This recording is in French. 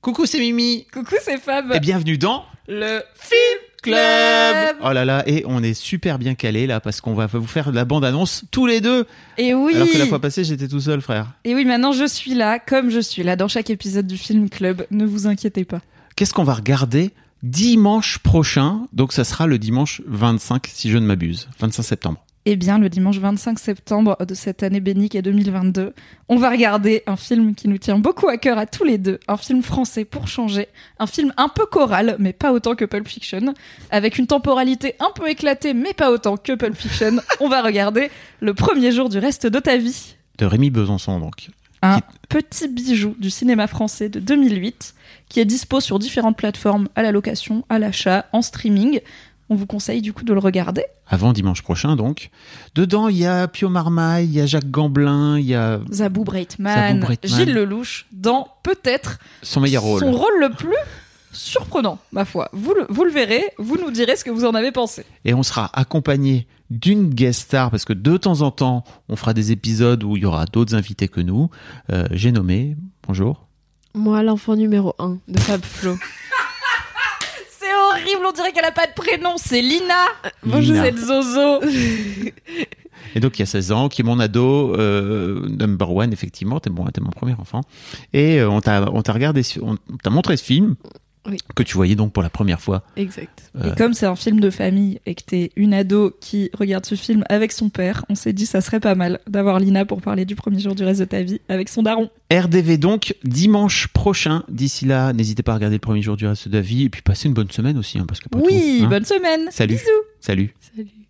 Coucou, c'est Mimi Coucou, c'est Fab. et bienvenue dans Le film Eh Club. Oh là là, et on est super bien calé là parce qu'on va vous faire de la bande-annonce tous les deux. Et oui. Alors que la fois passée, j'étais tout seul, frère. Et oui, maintenant je suis là, comme je suis là dans chaque épisode du film Club. Ne vous inquiétez pas. Qu'est-ce qu'on va regarder dimanche prochain Donc ça sera le dimanche 25 si je ne m'abuse, 25 septembre. Eh bien, le dimanche 25 septembre de cette année bénique et 2022, on va regarder un film qui nous tient beaucoup à cœur à tous les deux, un film français pour changer, un film un peu choral, mais pas autant que Pulp Fiction, avec une temporalité un peu éclatée, mais pas autant que Pulp Fiction. on va regarder Le premier jour du reste de ta vie. De Rémi Besançon donc. un petit bijou du cinéma français de 2008 qui est dispo sur différentes plateformes à la location, à l'achat, en streaming. On vous conseille du coup de le regarder. Avant dimanche prochain donc. Dedans, il y a Pio Marmaille, il y a Jacques Gamblin, il y a Zabou Breitman, Zabou Breitman. Gilles Lelouch dans peut-être son meilleur rôle. son rôle le plus surprenant, ma foi. Vous le, vous le verrez, vous nous direz ce que vous en avez pensé. et on sera accompagné d'une guest star parce que de temps en temps on fera des épisodes où il y aura d'autres invités que nous. Euh, J'ai nommé, bonjour. Moi, l'enfant numéro 1 de Fab Flo. C'est horrible, on dirait qu'elle a pas de prénom, c'est Lina. Bonjour. Lina. Cette zozo. Et donc il y a 16 ans, qui est mon ado, euh, number one effectivement, t'es bon, t'es mon premier enfant. Et euh, on t'a on t'a regardé, ce- on t'a montré ce film Oui. que tu voyais donc pour la première fois. exact. Euh, Et comme c'est un film de famille et que t'es une ado qui regarde ce film avec son père, on s'est dit ça serait pas mal d'avoir Lina pour parler du premier jour du reste de ta vie avec son daron. RDV donc dimanche prochain. D'ici là, n'hésitez pas à regarder le premier jour du reste de la vie et puis passez une bonne semaine aussi, hein, parce que après Oui, bah- tout, hein. bonne semaine. Salut. Bisous. Salut. Salut.